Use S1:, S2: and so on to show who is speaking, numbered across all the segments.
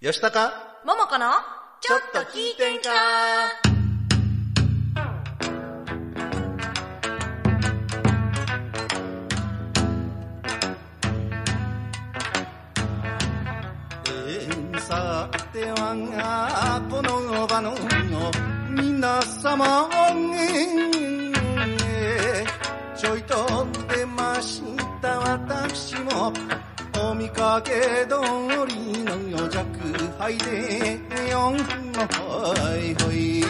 S1: よしたか
S2: ももこのちょっと聞いてんか
S1: えーさてはこの場の皆様えーちょいと出ました私もお見かけ通りの弱敗でよんほいほい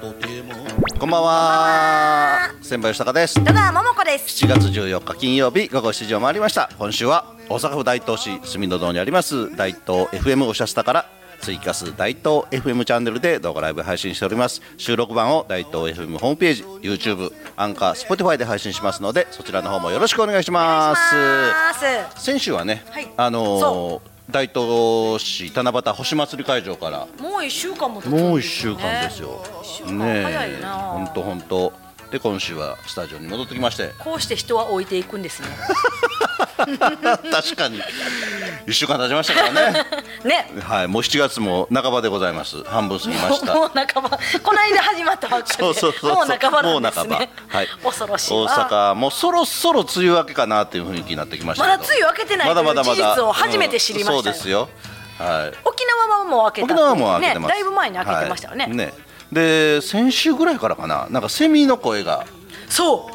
S1: とてもこんばんは先輩吉高です
S2: 戸川ももこです
S1: 7月14日金曜日午後7時を回りました今週は大阪府大東市住の堂にあります大東 FM おしゃスタからツイキャス大東 FM チャンネルで動画ライブ配信しております収録版を大東 FM ホームページ YouTube アンカー Spotify で配信しますのでそちらの方もよろしくお願いします
S2: ます
S1: 先週はね、
S2: はい
S1: あの
S2: そ
S1: ー大東市七夕星祭り会場から
S2: もう一週間も経つんですね
S1: もう1週間ですよ
S2: 一週間
S1: ね
S2: 早
S1: え
S2: いな
S1: 本当本当で今週はスタジオに戻ってきまして
S2: こうして人は置いていくんですね
S1: 確かに1週間経ちましたか らね
S2: ね
S1: はいもう7月も半ばでございます半分過ぎました
S2: もう半ばこの間始まったばっかりで
S1: そうそうそうそう
S2: もう半ばなんです
S1: もう
S2: ね
S1: 半ばはい
S2: 恐ろしい
S1: 大
S2: わ
S1: 阪もうそろそろ梅雨明けかなっていう雰囲気になってきましたけど
S2: まだ梅雨明けてない
S1: まだまだ
S2: とい
S1: まだ
S2: う事実を初めて知りました
S1: うんそうですよはい
S2: 沖縄はもう開けたって
S1: 沖縄も開けてます、
S2: ね、だいぶ前に開けてましたよね,、
S1: はいで先週ぐらいからかななんかセミの声が
S2: そう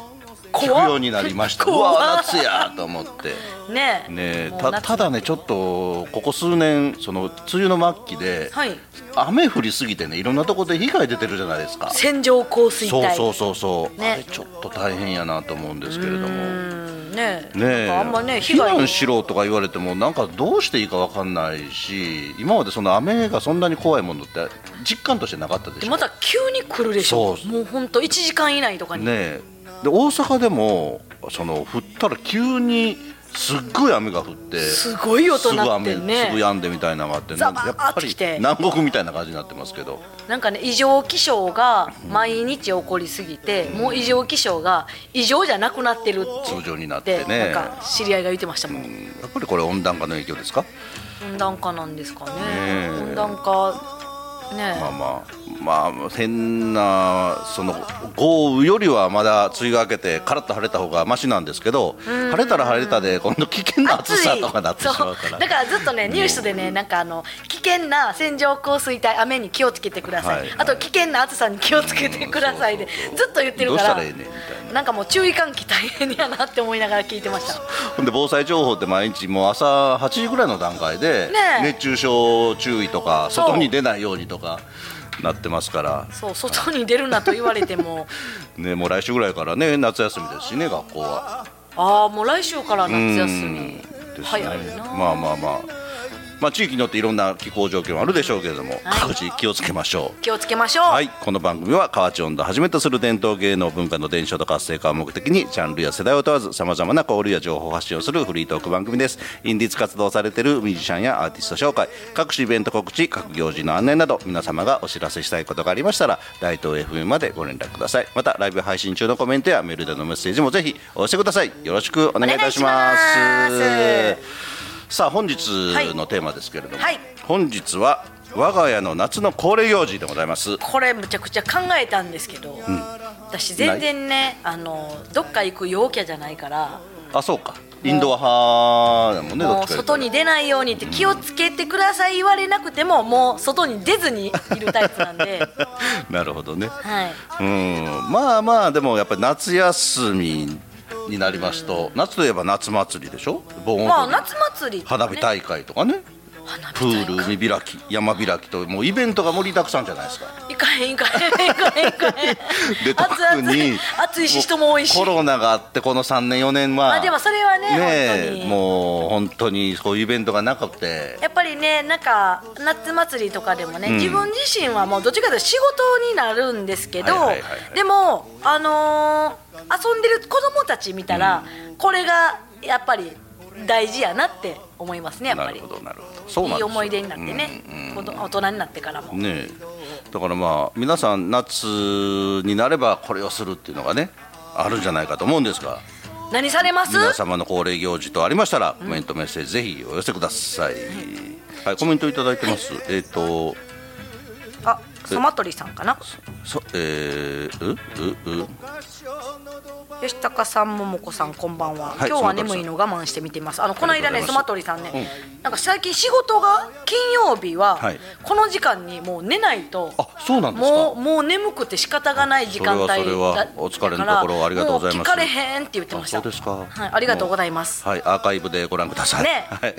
S1: 聞く
S2: 怖っ
S1: ようになりましたう
S2: 怖っ
S1: わ夏やと思って
S2: ねえ
S1: ねえ
S2: もう
S1: た
S2: 夏
S1: ただねちょっとここ数年その梅雨の末期で、
S2: はい
S1: 雨降りすぎてねいろんなとこで被害出てるじゃないですか
S2: 線状降水
S1: そう
S2: 帯
S1: そうそうそう、
S2: ね
S1: あれちょっと大変やなと思うんですけれどもね
S2: うんねえ
S1: え
S2: なんかあんまね
S1: 避
S2: 被害
S1: 難しろとか言われてもなんかどうしていいかわかんないし今までその雨がそんなに怖いものって実感としてなかったでしょ
S2: また急に来るでしょ
S1: そう
S2: もうほんと1時間以内とかに、
S1: ねえで大阪でもその降ったら急にすっごい雨が降って
S2: すごい音鳴って
S1: すぐ
S2: ね
S1: 雨すぐ止んでみたいなのがあって
S2: ザ
S1: なん
S2: バ
S1: か
S2: ー
S1: や
S2: ッ
S1: っぱ
S2: てき
S1: り
S2: て
S1: 南国みたいな感じになってますけど
S2: なんかね異常気象が毎日起こりすぎて、もう異常気象が異常じゃなくなってるって
S1: 通常になってね
S2: でなんか知り合いが言ってましたもん、
S1: やっぱりこれ温暖化の影響ですか
S2: 温暖化なんですかね
S1: え
S2: 温暖化ねえ、
S1: まあまあまあ変なその豪雨よりはまだ梅雨が明けてカラッと晴れた方がマシなんですけど晴れたら晴れたで今度危険な暑さとかなってしまうか
S2: そ
S1: ら
S2: だからずっとね
S1: もう
S2: ニュースでねなんかあの危険な線状降水帯雨に気をつけてください、
S1: はいはい
S2: あと危険な暑さに気をつけてくださいで
S1: うんそうそうそう
S2: ずっと言ってる
S1: どう
S2: か
S1: した
S2: ら
S1: らええねんみたいな
S2: なんかもう注意喚起大変やなって思いながら聞いてました
S1: ほんで防災情報って毎日もう朝8時ぐらいの段階で
S2: ねえ
S1: 熱中症注意とか
S2: そう
S1: 外に出ないようにとかなってますから
S2: そう外に出るなと言われても
S1: ねもう来週ぐらいからね夏休みですしね学校は
S2: ああもう来週から夏休
S1: うん
S2: み
S1: ですね
S2: 早いな、
S1: まあまあまあまあ地域によっていろんな気候状況もあるでしょうけれども、各自気をつけましょう
S2: 気をつけましょう、
S1: はい、この番組は河内音頭をはじめとする伝統芸能文化の伝承と活性化を目的にジャンルや世代を問わずさまざまな交流や情報発信をするフリートーク番組ですインディーズ活動をされているミュージシャンやアーティスト紹介各種イベント告知各行事の案内など皆様がお知らせしたいことがありましたら大東 FM までご連絡くださいまたライブ配信中のコメントやメールでのメッセージもぜひお寄せくださいよろしくお願いいたします
S2: お願いし
S1: さあ本日のテーマですけれども、
S2: はい
S1: 本日は我が家の夏の恒例行事でございます
S2: これむちゃくちゃ考えたんですけど、私全然ねあのどっか行く陽キャじゃないから
S1: あそうかインドア派だもんねど
S2: も
S1: っ
S2: う
S1: ちか
S2: 外に出ないようにって気をつけてください言われなくてももう外に出ずにいるタイプなんで、
S1: に なるほどね
S2: はい、
S1: うんまあまあでもやっぱり夏休みになりますと夏といえば夏祭りでしょ盆踊り、
S2: まあ夏祭りとかね、
S1: 花火大会とかね
S2: 花火
S1: プ
S2: 大会
S1: ール海開き山開きともうイベントが盛りだくさんじゃないですか
S2: 行かへん行かへん行かへん行かへん
S1: で特に
S2: 暑い暑いし人も多いし
S1: コロナがあってこの3年4年は
S2: まあでもそれはね
S1: ね
S2: 本
S1: え
S2: 当に
S1: もう本当にそういうイベントがなくて
S2: やっぱりねなんか夏祭りとかでもね、
S1: ん
S2: 自分自身はもうどっちかというと仕事になるんですけど、
S1: はいはいはいはい
S2: でもあのー遊んでる子供たち見たら、これがやっぱり大事やなって思いますねやっ
S1: な
S2: ぱ
S1: る
S2: り
S1: ほどなるほどそう
S2: い
S1: なんです
S2: い
S1: よ
S2: 思い出になってね、子ど大人になってからも、
S1: ねえだからまあ皆さん夏になればこれをするっていうのがねあるんじゃないかと思うんですが
S2: 何されます
S1: 皆様の恒例行事とありましたらコメントメッセージぜひお寄せください、はい、コメントいただいてますえっ、と
S2: あソマトリさんかな
S1: そえー、ううう
S2: 吉高さん、ももこさん、こんばんは。
S1: はい
S2: 今日は
S1: その通り
S2: 眠いのを我慢して見てます。あのこの間ね、
S1: あ
S2: ス
S1: りがとうご
S2: マ
S1: ざ
S2: トリ
S1: い
S2: さ
S1: ま
S2: ん
S1: す
S2: ね、なんか最近仕事が金曜日は、
S1: はい
S2: この時間にもう寝ないと。
S1: あそうなんですか
S2: もうもう眠くて仕方がない時間帯だ
S1: それはそれはお疲れのところありがとうございます
S2: も聞かれへんって言ってました。
S1: あそうですか
S2: はい、ありがとうございます。
S1: はいアーカイブでご覧ください
S2: ね
S1: はい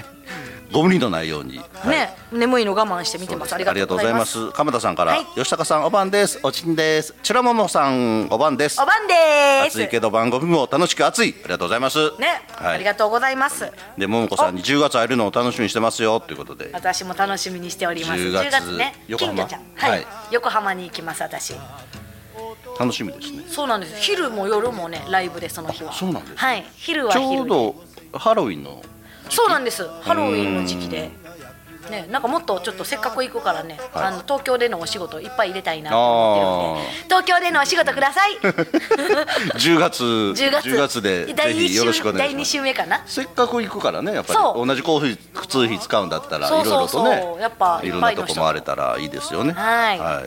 S1: ご無理のないように、はい
S2: ね、眠いの我慢して見てます。
S1: そ
S2: あ
S1: う
S2: り
S1: です
S2: がとうございます。
S1: ありがとうございます鎌田さんから、
S2: はい
S1: 吉高さんお晩ですおちんですちらももさんお晩です
S2: おばんで
S1: 暑い
S2: す。
S1: けど番組も楽しく暑いありがとうございます
S2: ね、ありがとうございます。
S1: いで桃子さんに10月会えるのを楽しみにしてますよということで
S2: 私も楽しみにしております。
S1: 10
S2: 10
S1: 月
S2: 月ね、
S1: 横
S2: 金魚
S1: 浜
S2: ちゃん、は
S1: はいい、
S2: 横浜に行きます私。
S1: 楽しみですね
S2: そうなんです。昼も夜もね、ライブでその日は。
S1: あそうなんですね
S2: はい、昼は
S1: ち
S2: 昼で
S1: ょう。どハロウィ ンの
S2: そうなんです。ハロウィンの時期で。ね、なんかもっとちょっとせっかく行くからね、
S1: はい
S2: あの東京でのお仕事いっぱい入れたいなと思ってるんで東京でのお仕事ください
S1: 10月
S2: 10月
S1: でぜ
S2: 第二
S1: ひ
S2: 週
S1: よろしくお願いし
S2: 第2
S1: ます
S2: 週目かな
S1: せっかく行くからねやっぱ
S2: そう
S1: り同じ交通費使うんだったらい
S2: そ
S1: ろ
S2: う
S1: い
S2: そう
S1: ろ
S2: そう
S1: とね
S2: やっぱ
S1: いろん
S2: い
S1: な
S2: っぱいの
S1: と
S2: 人
S1: こ回れたらいいですよね
S2: はい
S1: は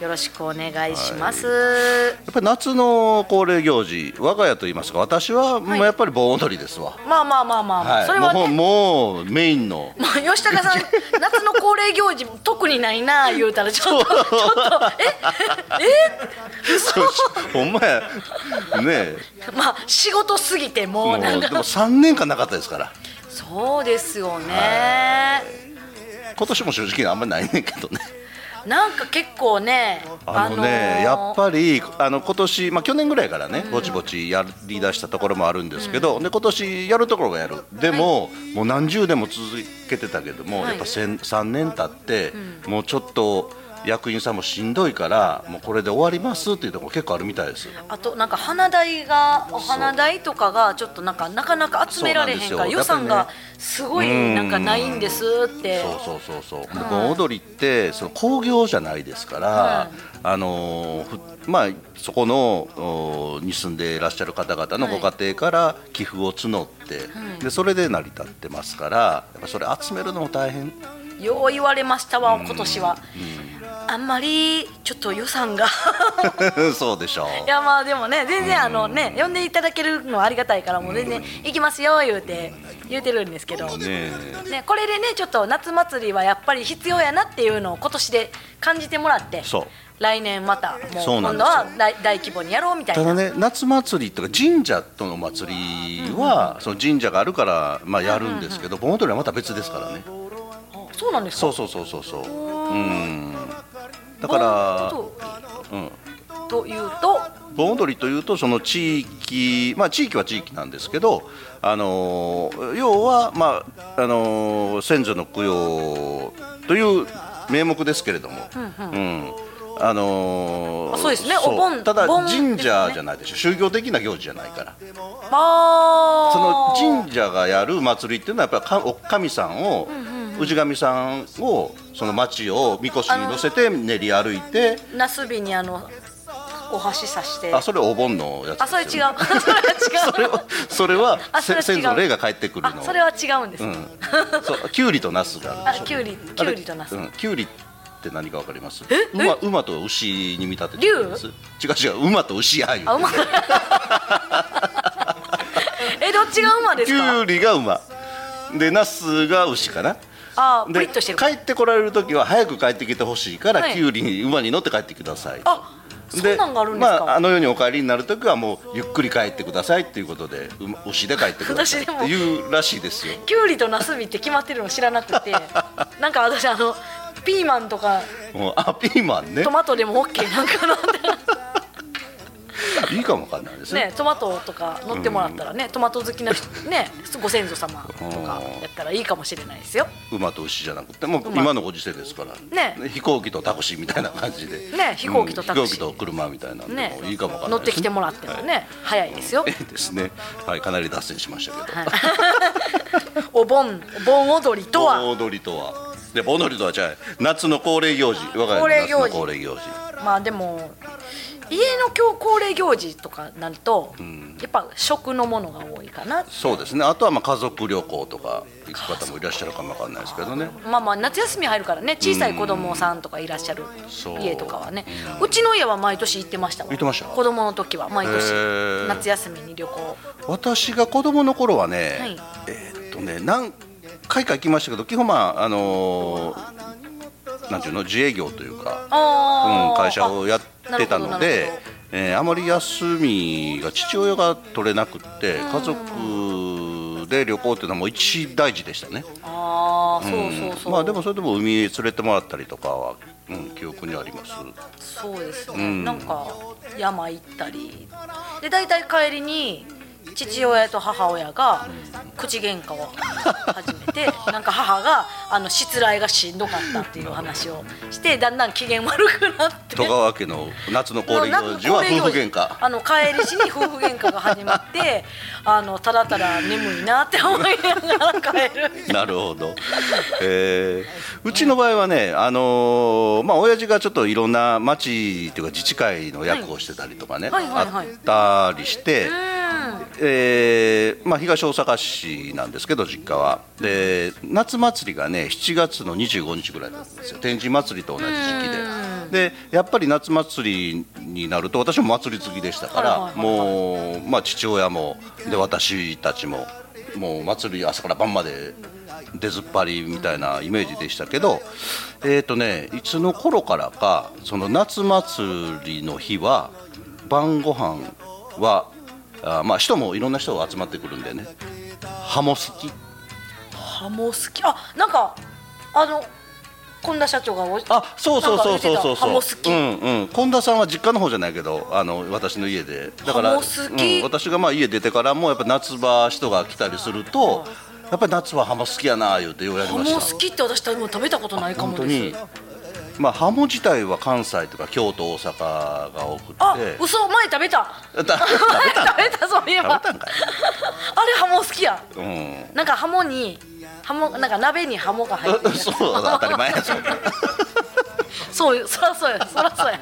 S1: い
S2: よろしくお願いします、はい
S1: やっぱり夏の恒例行事我が家といいますか私はもうやっぱり盆踊りですわ、
S2: まあまあまあまあ、
S1: はい
S2: それは
S1: もう
S2: ね
S1: もうメインの
S2: まあ、吉高 さん夏の恒例行事特にないなあ言うたらちょっとちょっとええ嘘
S1: そうほんまやね
S2: まあ仕事すぎて
S1: えも
S2: もう
S1: う
S2: なん
S1: でも
S2: か
S1: 3年間なかったですから
S2: そうですよね
S1: 今年も正直あんまりないねんけど ね
S2: なんか結構ね
S1: あのね、
S2: ー
S1: やっぱりあの今年まあ去年ぐらいからね、ぼちぼちやりだしたところもあるんですけど、で今年やるところがやるでも、もう何十年も続けてたけども、
S2: はい
S1: やっぱせん3年経って、もうちょっと役員さんもしんどいからもうこれで終わりますっていうところ結構あるみたいです。
S2: あとなんか花代がお花代とかがちょっとなんかなかなか集められへんから
S1: そうなんですよ
S2: 予算
S1: やっ
S2: が
S1: ぱ
S2: すごいなんかないんですって
S1: そうそうそうそう。で盆踊りってその興行じゃないですから、あのーふまあそこのおーに住んでいらっしゃる方々の
S2: はい
S1: ご家庭から寄付を募って、でそれで成り立ってますから、やっぱそれ集めるのも大変。
S2: よう言われましたわ今年はあんまりちょっと予算が
S1: そうでしょ
S2: いやまあでもね全然あのね呼んでいただけるのはありがたいからもう全然行きますよ言うて言うてるんですけど
S1: う。ね
S2: ね、これでねちょっと夏祭りはやっぱり必要やなっていうのを今年で感じてもらって
S1: そう
S2: 来年またもう
S1: そうな
S2: 今
S1: んですよ
S2: 度は大大規模にやろうみた
S1: え
S2: い
S1: た
S2: な
S1: だね夏祭りとか神社との祭りは、その神社があるからまあやるんですけど、盆踊りはまた別ですからね。
S2: そうなんですか
S1: そうそうそうそうそう。うん。だから。
S2: 盆
S1: うん
S2: 踊りというと
S1: 盆踊りというとその地域、まあ、地域は地域なんですけど、あのー要は、まああのー先祖の供養という名目ですけれども、うんあのー
S2: あそうですねお盆
S1: ただ
S2: 盆ですね
S1: 神社じゃないでしょ宗教的な行事じゃないから
S2: まあ
S1: その神社がやる祭りっていうのはやっぱりかお神さんを、氏神さんをその町をみこしに乗せて練り歩いて
S2: なすびにあのお箸刺して
S1: あそれお盆のやつ
S2: あ
S1: です
S2: それ
S1: よね
S2: 違う それは違う
S1: それは それは
S2: あそれ
S1: せ
S2: は違う
S1: 先祖の霊が帰ってくる
S2: あ
S1: の
S2: それは違うんです、
S1: うん、そうキュウリとナスが
S2: あ
S1: る
S2: きゅうりきゅうりとナス
S1: あれうん、キュウリって何かわかります
S2: え
S1: 馬馬と牛に見立ててるんです違う違う馬と牛やいう
S2: あうまい えどっちがうまで
S1: キ
S2: すか
S1: ュウリが馬でナスが牛かな
S2: あプリ
S1: で
S2: ッとしてる
S1: 帰ってこられる時は早く帰ってきてほしいから、
S2: はい
S1: キュウリに馬に乗って帰ってください
S2: あそんなんがあるんですか、
S1: まあ、あの世にお帰りになる時はもうゆっくり帰ってくださいっていうことで馬牛で帰ってくださいっ
S2: 私で
S1: て
S2: も
S1: いうらしいですよ
S2: きゅうりとなすびって決まってるの知らなくて なんか私あのピーマンとか
S1: もうあピーマンね
S2: トマトでも OK なんかなって
S1: いいかもわかんないです ね
S2: ねトマトとか乗ってもらったらねトマト好きな人ねご先祖様とかやったらいいかもしれないですよ
S1: 馬と牛じゃなくてもう
S2: 馬
S1: 今のご時世ですから、
S2: ね
S1: 飛行機とタクシーみたいな感じで
S2: ね飛行機とタクシー
S1: 飛行機と車みたいなの
S2: ね
S1: もいいかもわかん
S2: 乗
S1: ない
S2: ってきてもらってもね、早いですよ
S1: ええですねはいかなり脱線しましたけど、
S2: はい お盆盆踊りと
S1: 盆
S2: は
S1: 踊りとはで盆踊りとはじゃあ夏の恒例行事我が家の夏の恒例行事
S2: まあでも家の今日恒例行事とかなると、やっぱ食のものが多いかな
S1: そうですねあとはまあ家族旅行とか行く方もいらっしゃるかもわかんないですけどね
S2: まあまあ夏休み入るからね小さい子供さんとかいらっしゃる
S1: そう
S2: 家とかはねうちの家は毎年行ってましたわ
S1: 行ってました
S2: 子供の時は毎
S1: へー
S2: 年夏休みに旅行
S1: 私が子供の頃はね、
S2: はい
S1: えーっとね何回か行きましたけど基本まああのーなんていうの自営業というか、
S2: あー
S1: うん、会社をやっ
S2: あ
S1: てた
S2: なるほどな
S1: ので
S2: るほど、
S1: えーあまり休みが父親が取れなくって家族で旅行っていうのはもう一大事でしたね、
S2: ああそうそうそう、
S1: まあでもそれでも海へ連れてもらったりとかは、うん、記憶にあります
S2: そうですね、なんか山行ったりで大体帰りに父親と母親が口喧嘩を始めて なんか母があの失礼がしんどかったっていう話をしてだんだん機嫌悪くなって
S1: 戸川家の夏の恒例行事は
S2: なんか恒例行
S1: 夫
S2: 事
S1: 婦喧嘩
S2: あの帰りしに夫婦喧嘩が始まって あのただただ眠いなって思いながら帰る
S1: なるほど、えーうちの場合はね、あのーまあ親父がちょっといろんな町というか自治会の役をしてたりとかね、
S2: はいはいはい
S1: あったりして、えーまあ、東大阪市なんですけど、実家は、で夏祭りがね、7月の25日ぐらいなんですよ、天神祭りと同じ時期で。でやっぱり夏祭りになると私も祭り好きでしたから、
S2: はいはいはいはい
S1: もう、まあ、父親もで私たちももう祭り朝から晩まで出ずっぱりみたいなイメージでしたけどえっ、とねいつの頃からかその夏祭りの日は晩ご飯はあまあ人もいろんな人が集まってくるんでねハモ好き
S2: ハモ好きあなんかあの本田社長がお
S1: あそうそうそうそうそう
S2: ハ
S1: そ
S2: モ
S1: う
S2: 好き、
S1: うんうん近田さんは実家の方じゃないけどあの私の家でだから
S2: ハモ好き
S1: うん、私がまあ家出てからもやっぱ夏場人が来たりするとやっぱり夏はハモ好きやなあ言うてようやり
S2: ハ
S1: ま
S2: モ
S1: した
S2: 好きって私多分食べたことないかも
S1: 本
S2: です
S1: 当にまあハモ自体は関西とか京都大阪が多くて
S2: あ、嘘前食べた
S1: だだ
S2: 前食べたそういえば
S1: 食べたんかい
S2: あれハモ好きや
S1: うん
S2: なんかハモにハモなんか鍋にハモが入ってるやつ
S1: そう当たり前やそれ
S2: そうよそらそうやそらそうや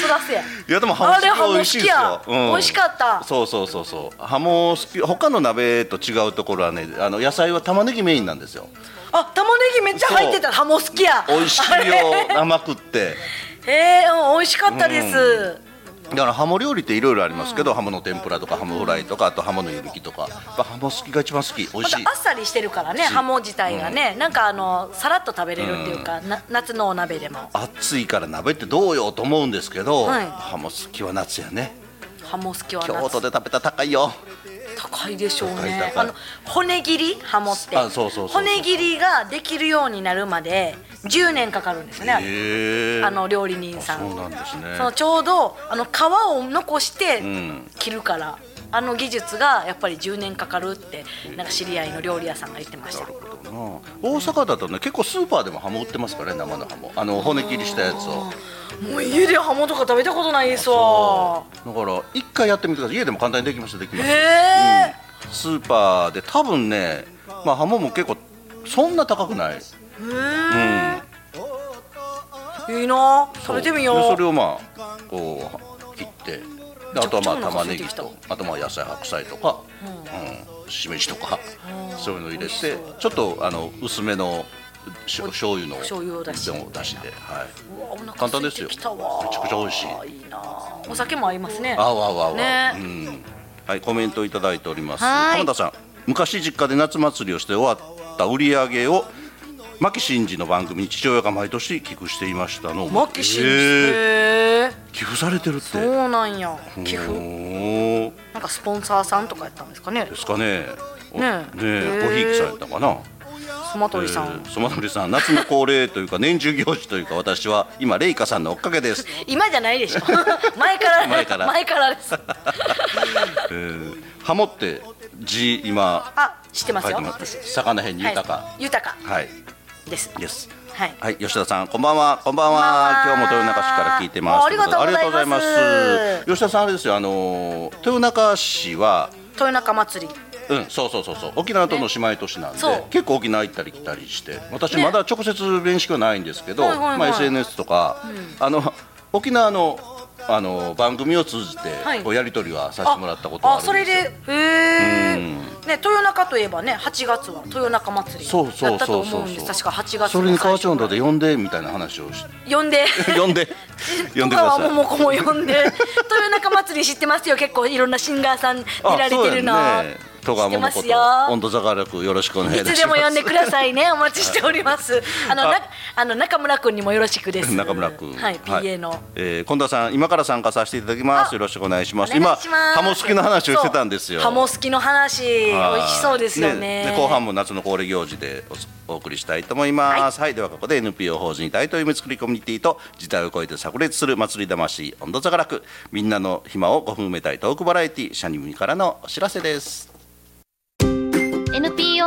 S2: そらそうや
S1: いやでもハモ
S2: あれ
S1: 好
S2: ハ
S1: き
S2: モ
S1: 美
S2: 好
S1: 味しい
S2: き
S1: です
S2: や
S1: よ、、
S2: 美味しかった
S1: そうそうそうそうハモ好き他の鍋と違うところはねあの野菜は玉ねぎメインなんですよ
S2: あ玉ねぎめっちゃ入ってたハモ好きや
S1: 美味しいよ 甘くって
S2: へえー、うん美味しかったです、
S1: だからハモ料理っていろいろありますけど、ハモの天ぷらとかハムフライとかあとハモの湯引きとかやっぱハモ好きが一番好き美味
S2: また
S1: しい
S2: あっさりしてるからねハモ自体がね、なんかあのさらっと食べれるっていうか、な夏のお鍋でも
S1: 暑いから鍋ってどうよと思うんですけど、
S2: はい
S1: ハモ好きは夏やね
S2: ハモ好きは
S1: 京都
S2: 夏
S1: で食べたら高いよ
S2: 高いでしょう
S1: 高い
S2: ね
S1: 高
S2: あ
S1: い
S2: の骨切りハモって
S1: あそうそうそうそう
S2: 骨切りができるようになるまで10年かかるんですよねあれ
S1: へえ
S2: あの料理人さん
S1: そうなんですね
S2: そのちょうどあの皮を残して
S1: ん
S2: 切るから、あの技術がやっぱり10年かかるってなんか知り合いの料理屋さんが言ってまし
S1: な
S2: た
S1: るほどな大阪だとね結構スーパーでもハモ売ってますからね生のハモあの骨切りしたやつを
S2: もう家でハモとか食べたことないですわ
S1: だから一回やってみてください家でも簡単にできましたできま
S2: へ
S1: す
S2: え
S1: スーパーで多分ね、まあ、ハモも結構そんな高くない
S2: いいな食べてみよ
S1: でそうれをまあこう切ってであとはまあ
S2: めちゃくちゃお腹空い
S1: 玉ねぎと
S2: て
S1: あとまあ野菜白菜とか、うんしめじとかそういうの入れてちょっとあの薄めのしょ醤油の
S2: 醤油を出して
S1: でも出して、はいう
S2: わお腹
S1: 簡単です
S2: 空い
S1: よ
S2: てきたわ
S1: めちゃくちゃ美味しい
S2: いいなお酒も合いますね
S1: あわあわあわ、
S2: ね
S1: うんはいコメントいただいております
S2: はーい
S1: 浜田さん昔実家で夏祭りをして終わった売り上げを牧真二の番組に父親が毎年寄付していましたのを
S2: マキシン
S1: へー
S2: へえ
S1: 寄付されてるっ
S2: そ
S1: て
S2: うなんや寄付
S1: おー
S2: なんかスポンサーさんとかやったんですかね
S1: ですかねお
S2: ね
S1: ね
S2: え
S1: え
S2: へえ
S1: ごひいきされたかな
S2: スマトリさん、
S1: えーそまのりさん夏の恒例というか年中行事というか私は今レイカさんの追っかけです
S2: 今じゃないでし ょ前から
S1: 前から
S2: です
S1: えーハモって字今
S2: あ知ってます
S1: 書い
S2: よ
S1: てます魚編に豊か
S2: はい、豊か
S1: はい
S2: です
S1: です
S2: はい
S1: はい、吉田さん、こんばんは。こんばんは。
S2: こんば
S1: 今
S2: ん
S1: 日
S2: は
S1: も豊中市から聞いてます。
S2: ありがとうございます
S1: ありがとうございます吉田さん、あれですよ。あのー豊中市は、
S2: 豊中祭り
S1: うん、そうそうそうそう。沖縄との姉妹都市なんで、
S2: そう
S1: 結構沖縄行ったり来たりして、私
S2: ね
S1: まだ直接面識はないんですけど、
S2: はいはいはい
S1: まあ SNS とか、あの沖縄のあの番組を通じて
S2: はい
S1: こうやり取りはさせてもらったことは
S2: あ
S1: あ
S2: あ
S1: る
S2: そ
S1: んで
S2: れ
S1: す
S2: で
S1: よ
S2: へえ、ね、豊中といえばね8月は豊中祭り
S1: そう
S2: だ
S1: そ
S2: っ
S1: う
S2: たと
S1: そう
S2: 思
S1: そう
S2: うんです確か8月
S1: それに川
S2: ん
S1: んだで呼んでみたいな話をし
S2: 呼んで
S1: 呼 んで 呼ん
S2: と
S1: でくだ
S2: かは
S1: さい
S2: 桃子も呼んで豊中祭り知ってますよ結構いろんなシンガーさん出られてるな、
S1: あそうやね戸川桃子
S2: 知ってます
S1: と
S2: よ
S1: 温度差がなくよろしくお願いい
S2: い
S1: たしま
S2: つ
S1: す
S2: でも呼んでくださいね。お待ちしております。あの、
S1: あ
S2: なあの中村君にもよろしくです。
S1: 中村君
S2: はい、PA の。
S1: えー近田さん今から参加させていただきます
S2: あ
S1: よろしくお願いし
S2: お
S1: ます
S2: 願いします
S1: 今ハモ好きの話をしてたんですよ
S2: そうハモ好きの話、美
S1: はい
S2: 味しそうですよね。
S1: で後半も夏の恒例行事でおお送りしたいと思いますはい、ではここで NPO 法人大東夢作りコミュニティと時代を超えて炸裂する祭り魂温度差がなくみんなの暇を5分埋めたいトークバラエティシャニムニからのお知らせです
S3: NPO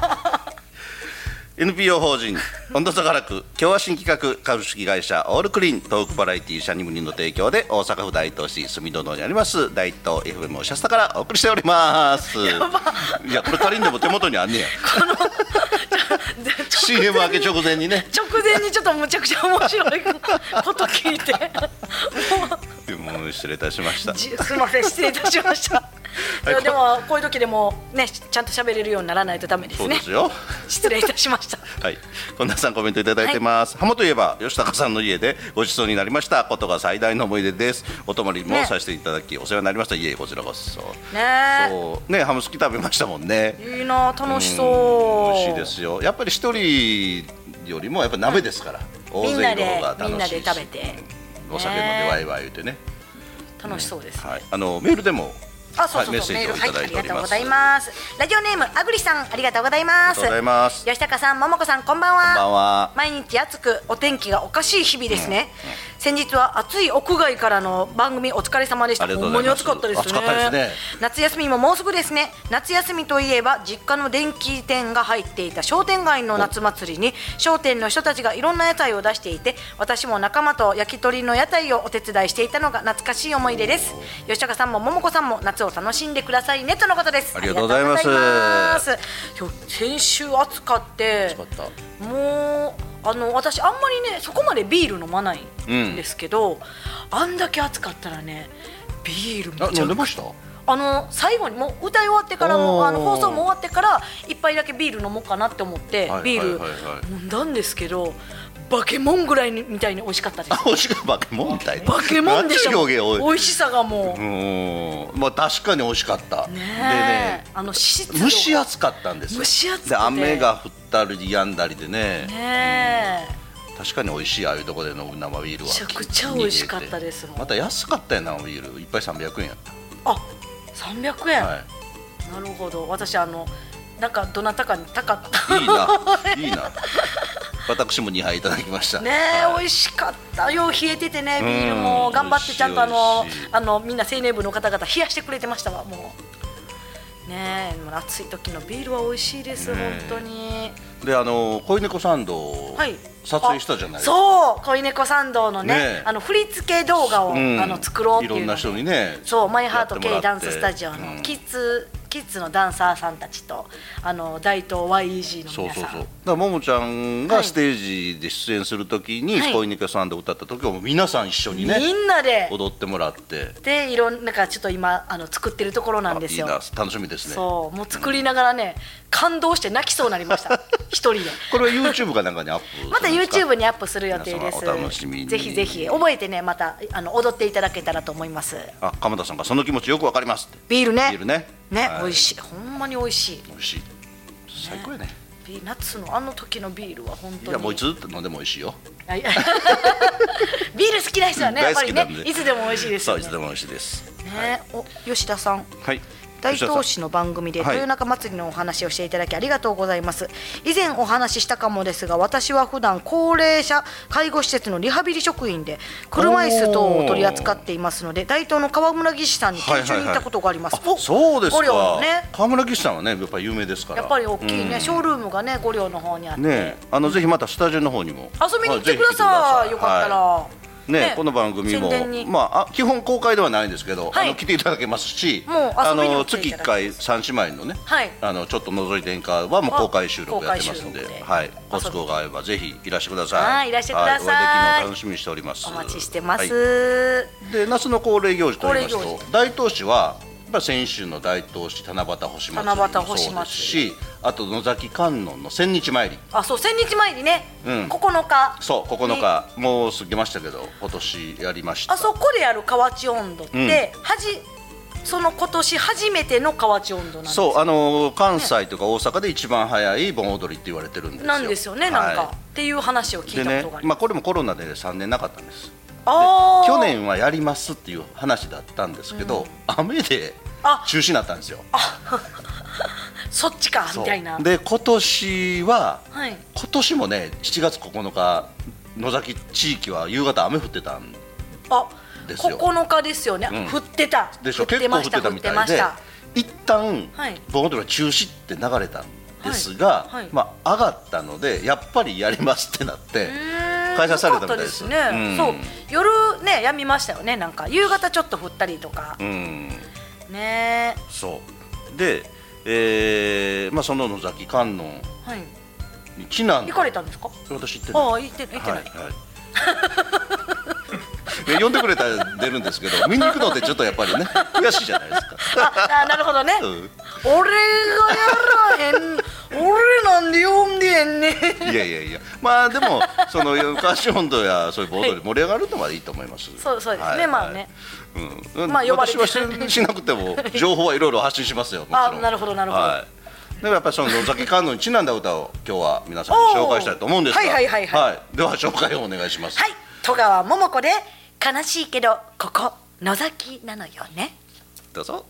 S1: NPO 法人温度差がなく今日は新企画株式会社オールクリーントークバラエティシャニムニの提供で大阪府大東市住戸堂にあります大東 FM シャスタからお送りしておりますいやこれ仮にでも手元にあんねや CM 明け直前にね
S2: 直前にちょっとむちゃくちゃ面白いこと聞 いて。もう
S1: もう失礼いたしました
S2: じすみません失礼いたしました。それでもこういう時でもねちゃんと喋れるようにならないとダメで
S1: そ
S2: す
S1: う
S2: ね
S1: です。よ
S2: 失礼いたしました。
S1: はい、こんなさんコメントいただいてます。ハモといえば吉高さんの家でご馳走になりましたことが最大の思い出です。お泊まりも
S2: ね
S1: させていただき、お世話になりました。いえこちらこそ。
S2: ね
S1: そうねハム好き食べましたもんね。
S2: えいいな楽しそう。
S1: 美味しいですよ。やっぱり一人よりもやっぱ鍋ですから。
S2: み
S1: 大
S2: んな
S1: 勢
S2: で
S1: の方が楽しいし。
S2: みんなで食べて
S1: お酒飲ん
S2: ね
S1: でワイワイ言ってね。
S2: 楽しそうですね。
S1: はい。あのメールでも
S2: あ、そうそう
S1: はいメッ
S2: そ
S1: セ
S2: う、
S1: ー
S2: メ
S1: ジ
S2: ール、
S1: をい
S2: はい、
S1: ただ
S2: あ
S1: い
S2: り
S1: て
S2: がとう
S1: おりま
S2: ご
S1: す。
S2: ざいます。ラジオネーム、あぐりさん、ありがとうございます。
S1: ありがとうございます
S2: 吉高さん、桃子さん、こんばんは。
S1: こんばんは
S2: 毎日暑く、お天気がおかしい日々ですね。先日は暑い屋外からの番組、お疲れ様でした。
S1: ありがと
S2: ほ
S1: うんご
S2: まに
S1: ざいま
S2: 暑
S1: す
S2: かったですね。
S1: 暑かったですね
S2: 夏休みももうすぐですね。夏休みといえば、実家の電気店が入っていた商店街の夏祭りに。商店の人たちがいろんな屋台を出していて、私も仲間と焼き鳥の屋台をお手伝いしていたのが懐かしい思い出です。吉高さんも桃子さんも夏を楽しんでくださいねとのことです。
S1: ありがとうございます
S2: ありがとうございますいや先週暑かって、
S1: 美味しかっ
S2: もうあの私あんまりねそこまでビール飲まないんですけど、あんだけ暑かったらね。ビールめち
S1: た
S2: ゃ
S1: あ
S2: くちゃ
S1: 飲んでました。
S2: あの最後にもう歌い終わってから
S1: お
S2: も
S1: ー
S2: あの放送も終わってから一杯だけビール飲もうかなって思って、
S1: はい
S2: ビール
S1: はいはいはい
S2: 飲んだんですけど、バケモンぐらいにみたいに美味しかったです
S1: あおしくバケモンみたいな
S2: バケモンでし
S1: なんて
S2: ょ
S1: 表現多い
S2: 美味しさがもう、
S1: うんまあ確かに美味しかった、
S2: ねえ
S1: でね
S2: あの湿度が
S1: 蒸し暑かったんですよ
S2: 蒸し暑くて
S1: で雨が降ったり止んだりでね
S2: ねえ
S1: 確かに美味しいああいうとこで飲む生ビールは
S2: めちゃくちゃ美味しかったですもん
S1: また安かったよ生ビール一杯300円やっ
S2: あ300円、
S1: た、はい
S2: なるほど私あのなんかどなたかに高かった
S1: いいな、いいな。私も2杯いただきました。
S2: ねえ、
S1: はい
S2: 美味しかったよ冷えててねビール
S1: う
S2: も
S1: ん
S2: 頑張ってちゃんとあの
S1: 美味しい美味しい
S2: あのみんな青年部の方々冷やしてくれてましたわもうねえもう暑い時のビールは美味しいです、
S1: ねえ
S2: 本当に
S1: で、あの、恋猫サンドを
S2: はい
S1: 撮影したじゃないですか。
S2: そう恋猫参道のね
S1: ねえ
S2: あの振り付け動画を、
S1: うん
S2: あの作ろうっていう
S1: ろんな人にね。
S2: そうマイハート
S1: やっ
S2: K
S1: ても
S2: ダ
S1: らっ
S2: ン
S1: て
S2: ススタジオの、
S1: うん
S2: キッズキッズのダンサーさんたちとあの大東 YEG の
S1: そう
S2: 皆
S1: そうそ
S2: さ
S1: う。だ
S2: ん
S1: か。らももちゃんが
S2: はい
S1: ステージで出演するときに
S2: はい
S1: 恋猫サンドを歌った時はもう皆さん一緒にね
S2: みんなで
S1: 踊ってもらって。
S2: でいろんなんかちょっと今あの作ってるところなん
S1: あ
S2: で
S1: い
S2: す
S1: い
S2: よ。
S1: な、楽しみですね。こ
S2: そうもう作りながらね感動して泣きそうになりました 一人で
S1: れは YouTube かなんかにアップするんで
S2: ま
S1: すか。
S2: た YouTube にアップする予定です
S1: 皆様お楽しみに
S2: ぜひぜひ覚えてねまたあの踊っていただけたらと思います
S1: あ、鎌田さんがその気持ちよくわかりますって。
S2: ビールね
S1: ビールねはい
S2: 美味しいほんまに美味しい
S1: 美味しい。最高やね。
S2: ビール夏のあの時のビールは本当
S1: い
S2: に
S1: や、もういつ飲んでも美味しいよ。
S2: はい ビール好きな人はねやっ
S1: 大
S2: ぱ
S1: 好
S2: り
S1: きな
S2: ね
S1: んで
S2: いつでも美味しいです
S1: そ
S2: よ
S1: う、い
S2: ね
S1: つでも美味しいです。
S2: ねお吉田さん
S1: はい。
S2: 大東
S1: 吉
S2: 市の番組で
S1: はい
S2: 豊中祭りのお話をしていただきありがとうございます、以前お話ししたかもですが私は普段高齢者介護施設のリハビリ職員で車椅子等を取り扱っていますので大東の川村技師さんに
S1: 田さん
S2: 研修に行ったことがあります、
S1: はいはいはいあそうです
S2: 五稜
S1: か
S2: の。ね
S1: 河村岸さんはね、やっぱ有名ですから。
S2: やっぱり大きいね、
S1: うん
S2: ショールームがね五稜の方にあって、
S1: ねえ、あのぜひまたスタジオの方にも
S2: 遊びに来てくだ
S1: は
S2: さい
S1: ぜひ来て
S2: よ
S1: くだ
S2: かったら、
S1: は
S2: はい
S1: ねえこの番組も
S2: 宣伝に、
S1: まああ基本公開ではないんですけど、
S2: はい
S1: あの来ていただけますし、
S2: もう遊びに
S1: あ
S2: も
S1: の
S2: 来て
S1: 月
S2: い
S1: 一
S2: ただ
S1: 回三姉妹のね、
S2: はい
S1: あのちょっと覗いてんかはもう公開収録やってますんで、
S2: 公開収録で
S1: はい、ご都合が合えばぜひいらしてください。
S2: はいいらしてください
S1: はお会できるのを楽しみにしております。
S2: お待ちしてます、
S1: はいで夏の恒例行事と言います
S2: 恒例行
S1: と大東市はやっぱり先週の大東市七夕星祭りも
S2: 七夕
S1: そう
S2: 星祭り
S1: ですしあと野崎観音の千日参り
S2: あそう千日前にね、
S1: うん
S2: 9日
S1: そう9
S2: に
S1: 日、もう過ぎましたけど今年やりました
S2: あそこでやる河内温度って、はじその今年初めての河内温度なんです
S1: そうあのー関西とか大阪で一番早い盆踊りって言われてるんですよ
S2: なんですよねなんか、
S1: は
S2: っていう話を
S1: い
S2: 聞
S1: で
S2: いたこ
S1: ね
S2: とがあり
S1: ま
S2: ま
S1: あこれもコロナで3年なかったんです
S2: あー
S1: 去年はやりますっていう話だったんですけど、雨で
S2: あ
S1: 中止になったんですよ
S2: そっちか
S1: そう
S2: みたいな
S1: で今年は
S2: はい
S1: 今年もね7月9日野崎地域は夕方雨降ってたん
S2: あ
S1: ですよ
S2: 9日ですよね、
S1: うん
S2: 降ってた
S1: でしょ
S2: 降っ
S1: 結
S2: て
S1: 構降
S2: ま
S1: っ
S2: してた
S1: た
S2: 降っ
S1: み
S2: て
S1: た
S2: ま
S1: い
S2: し
S1: で
S2: た
S1: 一旦
S2: はい
S1: 盆踊りは中止って流れたんですが、
S2: はいはい
S1: まあ、上がったのでやっぱりやりますってなって
S2: うーん
S1: 開催されたみたいで
S2: よ
S1: す
S2: かったですね、
S1: うん
S2: そう夜ねやみましたよねなんか夕方ちょっと降ったりとか、
S1: うん
S2: ね
S1: そうで、えーまあ、その野崎観音
S2: はい
S1: にちなんで
S2: 行かれたんですか
S1: 私行ってない
S2: ああ行って行ってない、
S1: はい はいで呼んでくれたら出るんですけど見に行くのってちょっとやっぱりね悔しいじゃないですか。
S2: ああなるほどね、
S1: うん
S2: 俺がやらへん俺なんで呼んでへんねん
S1: いやいやいや、まあでも、その歌手温度や、そういうボードで盛り上がるのはいいと思います。
S2: そうそうですね
S1: はい
S2: まあね。
S1: はいうん、
S2: まあ呼ばれ
S1: 私
S2: て
S1: はししなくても、情報はいろいろ発信しますよ。もちろん
S2: あなるほどなるほど
S1: いでもやっぱりその野崎観音にちなんだ歌を今日は皆さんに紹介したいと思うんですが
S2: おーはいはいはいはい
S1: では紹介をお願いします、
S2: はい戸川桃子で悲しいけどここ野崎なのよね
S1: どうぞ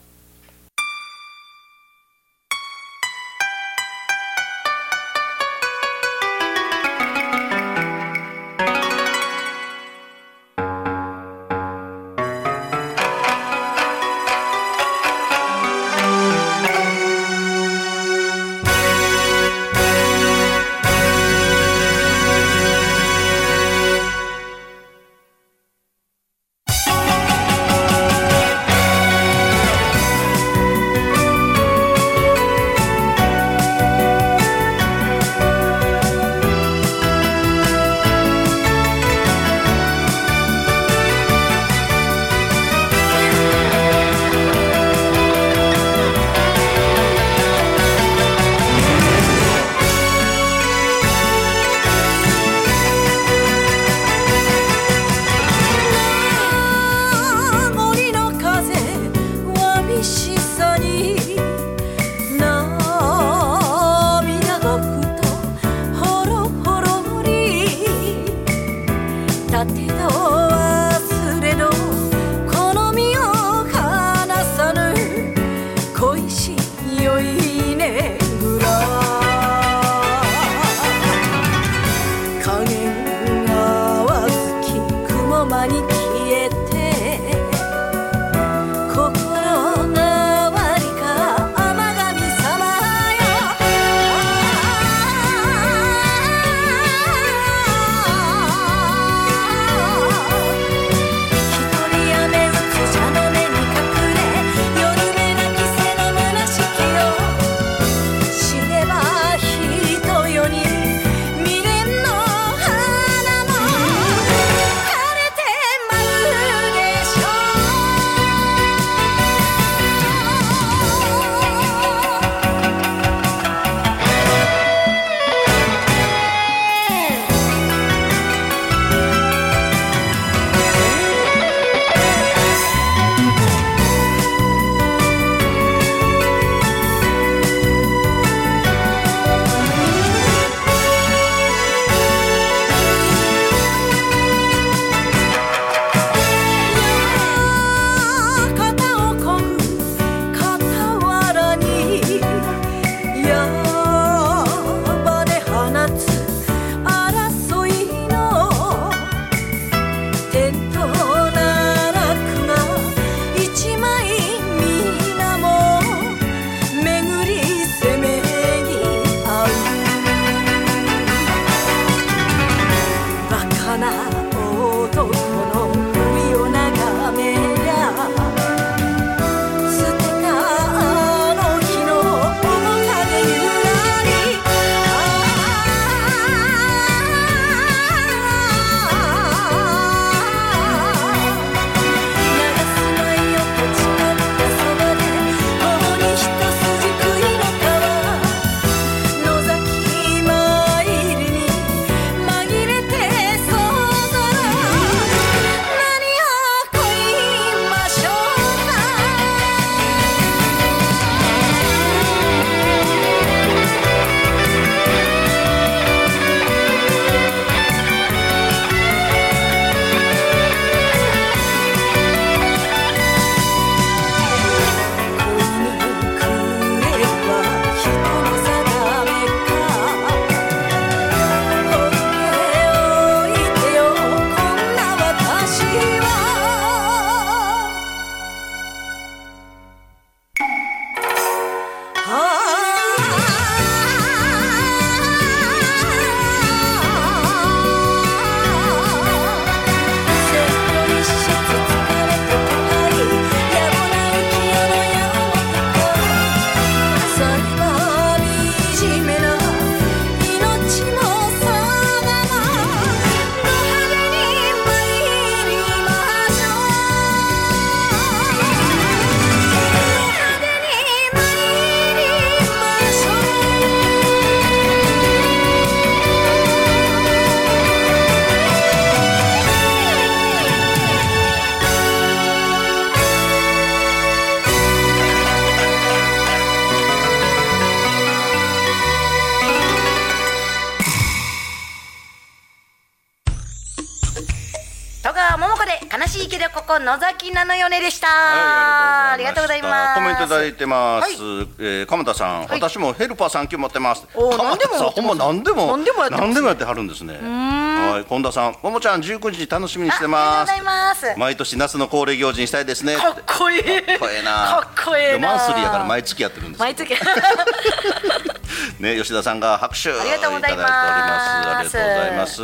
S2: 戸川桃子で悲しいけどここ野崎菜のよねでした、
S1: はい
S2: ありがとうございます
S1: コメントいただいてます。
S2: は
S1: えー鎌田さん、私もヘルパーさん級持ってます。
S2: おー
S1: 鎌田さん、ほんま何でも
S2: 何でもやってます
S1: 何でもやってはるんですね。はい、近田さん、ももちゃん19時楽しみにして
S2: ああ
S1: ま
S2: りがとう。ご
S1: す
S2: ざいます
S1: 毎年夏の恒例行事にしたいですね。
S2: かっこいいか
S1: こええな。
S2: かっこええな
S1: マンスリーやから毎月やってるんですけ
S2: 毎
S1: ど。
S2: 月
S1: ね、吉田さんが拍手いただいております。
S2: あ
S1: あ
S2: りが
S1: りが
S2: と
S1: と
S2: うご
S1: うご
S2: ざ
S1: ざ
S2: い
S1: い
S2: ま
S1: ますす。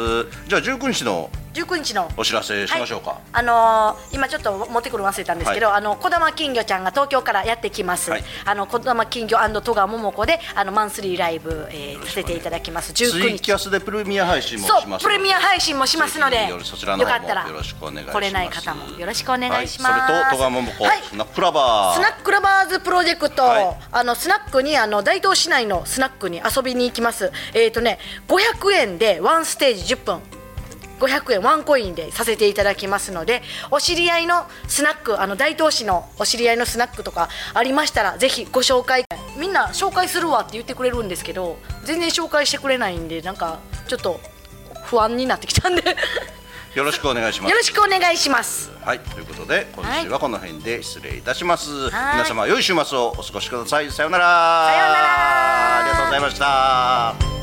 S1: じゃあ19日の
S2: 19日の
S1: お知らせしましょうか。
S2: はい、あのー今ちょっと持ってくるの忘れたんですけど、
S1: は
S2: あの小玉金魚ちゃんが東京からやってきます、
S1: はい
S2: あの小玉金魚戸川桃子であのマンスリーライブ、えー、させていただきます
S1: ツ
S2: 19
S1: イ
S2: 日
S1: キャスでプレミア配信もし
S2: そ
S1: ますの
S2: う
S1: で
S2: プレミア配信もしますので
S1: ぜひそちらの
S2: よか
S1: 方
S2: ったら
S1: もよろしくお願いします
S2: 来れない方もよろしくお願いします、
S1: はい、それと戸川桃子、
S2: はい
S1: スナックラバー
S2: スナックラバーズプロジェクト、
S1: はい
S2: あのスナックにあの大東市内のスナックに遊びに行きます。えっ、とね、500円でワンステージ10分。500円ワンコインでさせていただきますのでお知り合いのスナックあの大東市のお知り合いのスナックとかありましたらぜひご紹介みんな紹介するわって言ってくれるんですけど全然紹介してくれないんでなんかちょっと不安になってきたんでよ
S1: よろしくお願いします
S2: ろしくお願いします
S1: はいということで今週はこの辺で失礼いたします、
S2: はい
S1: 皆様良い週末をお過ごしくださいさようなら
S2: さようなら
S1: ありがとうございました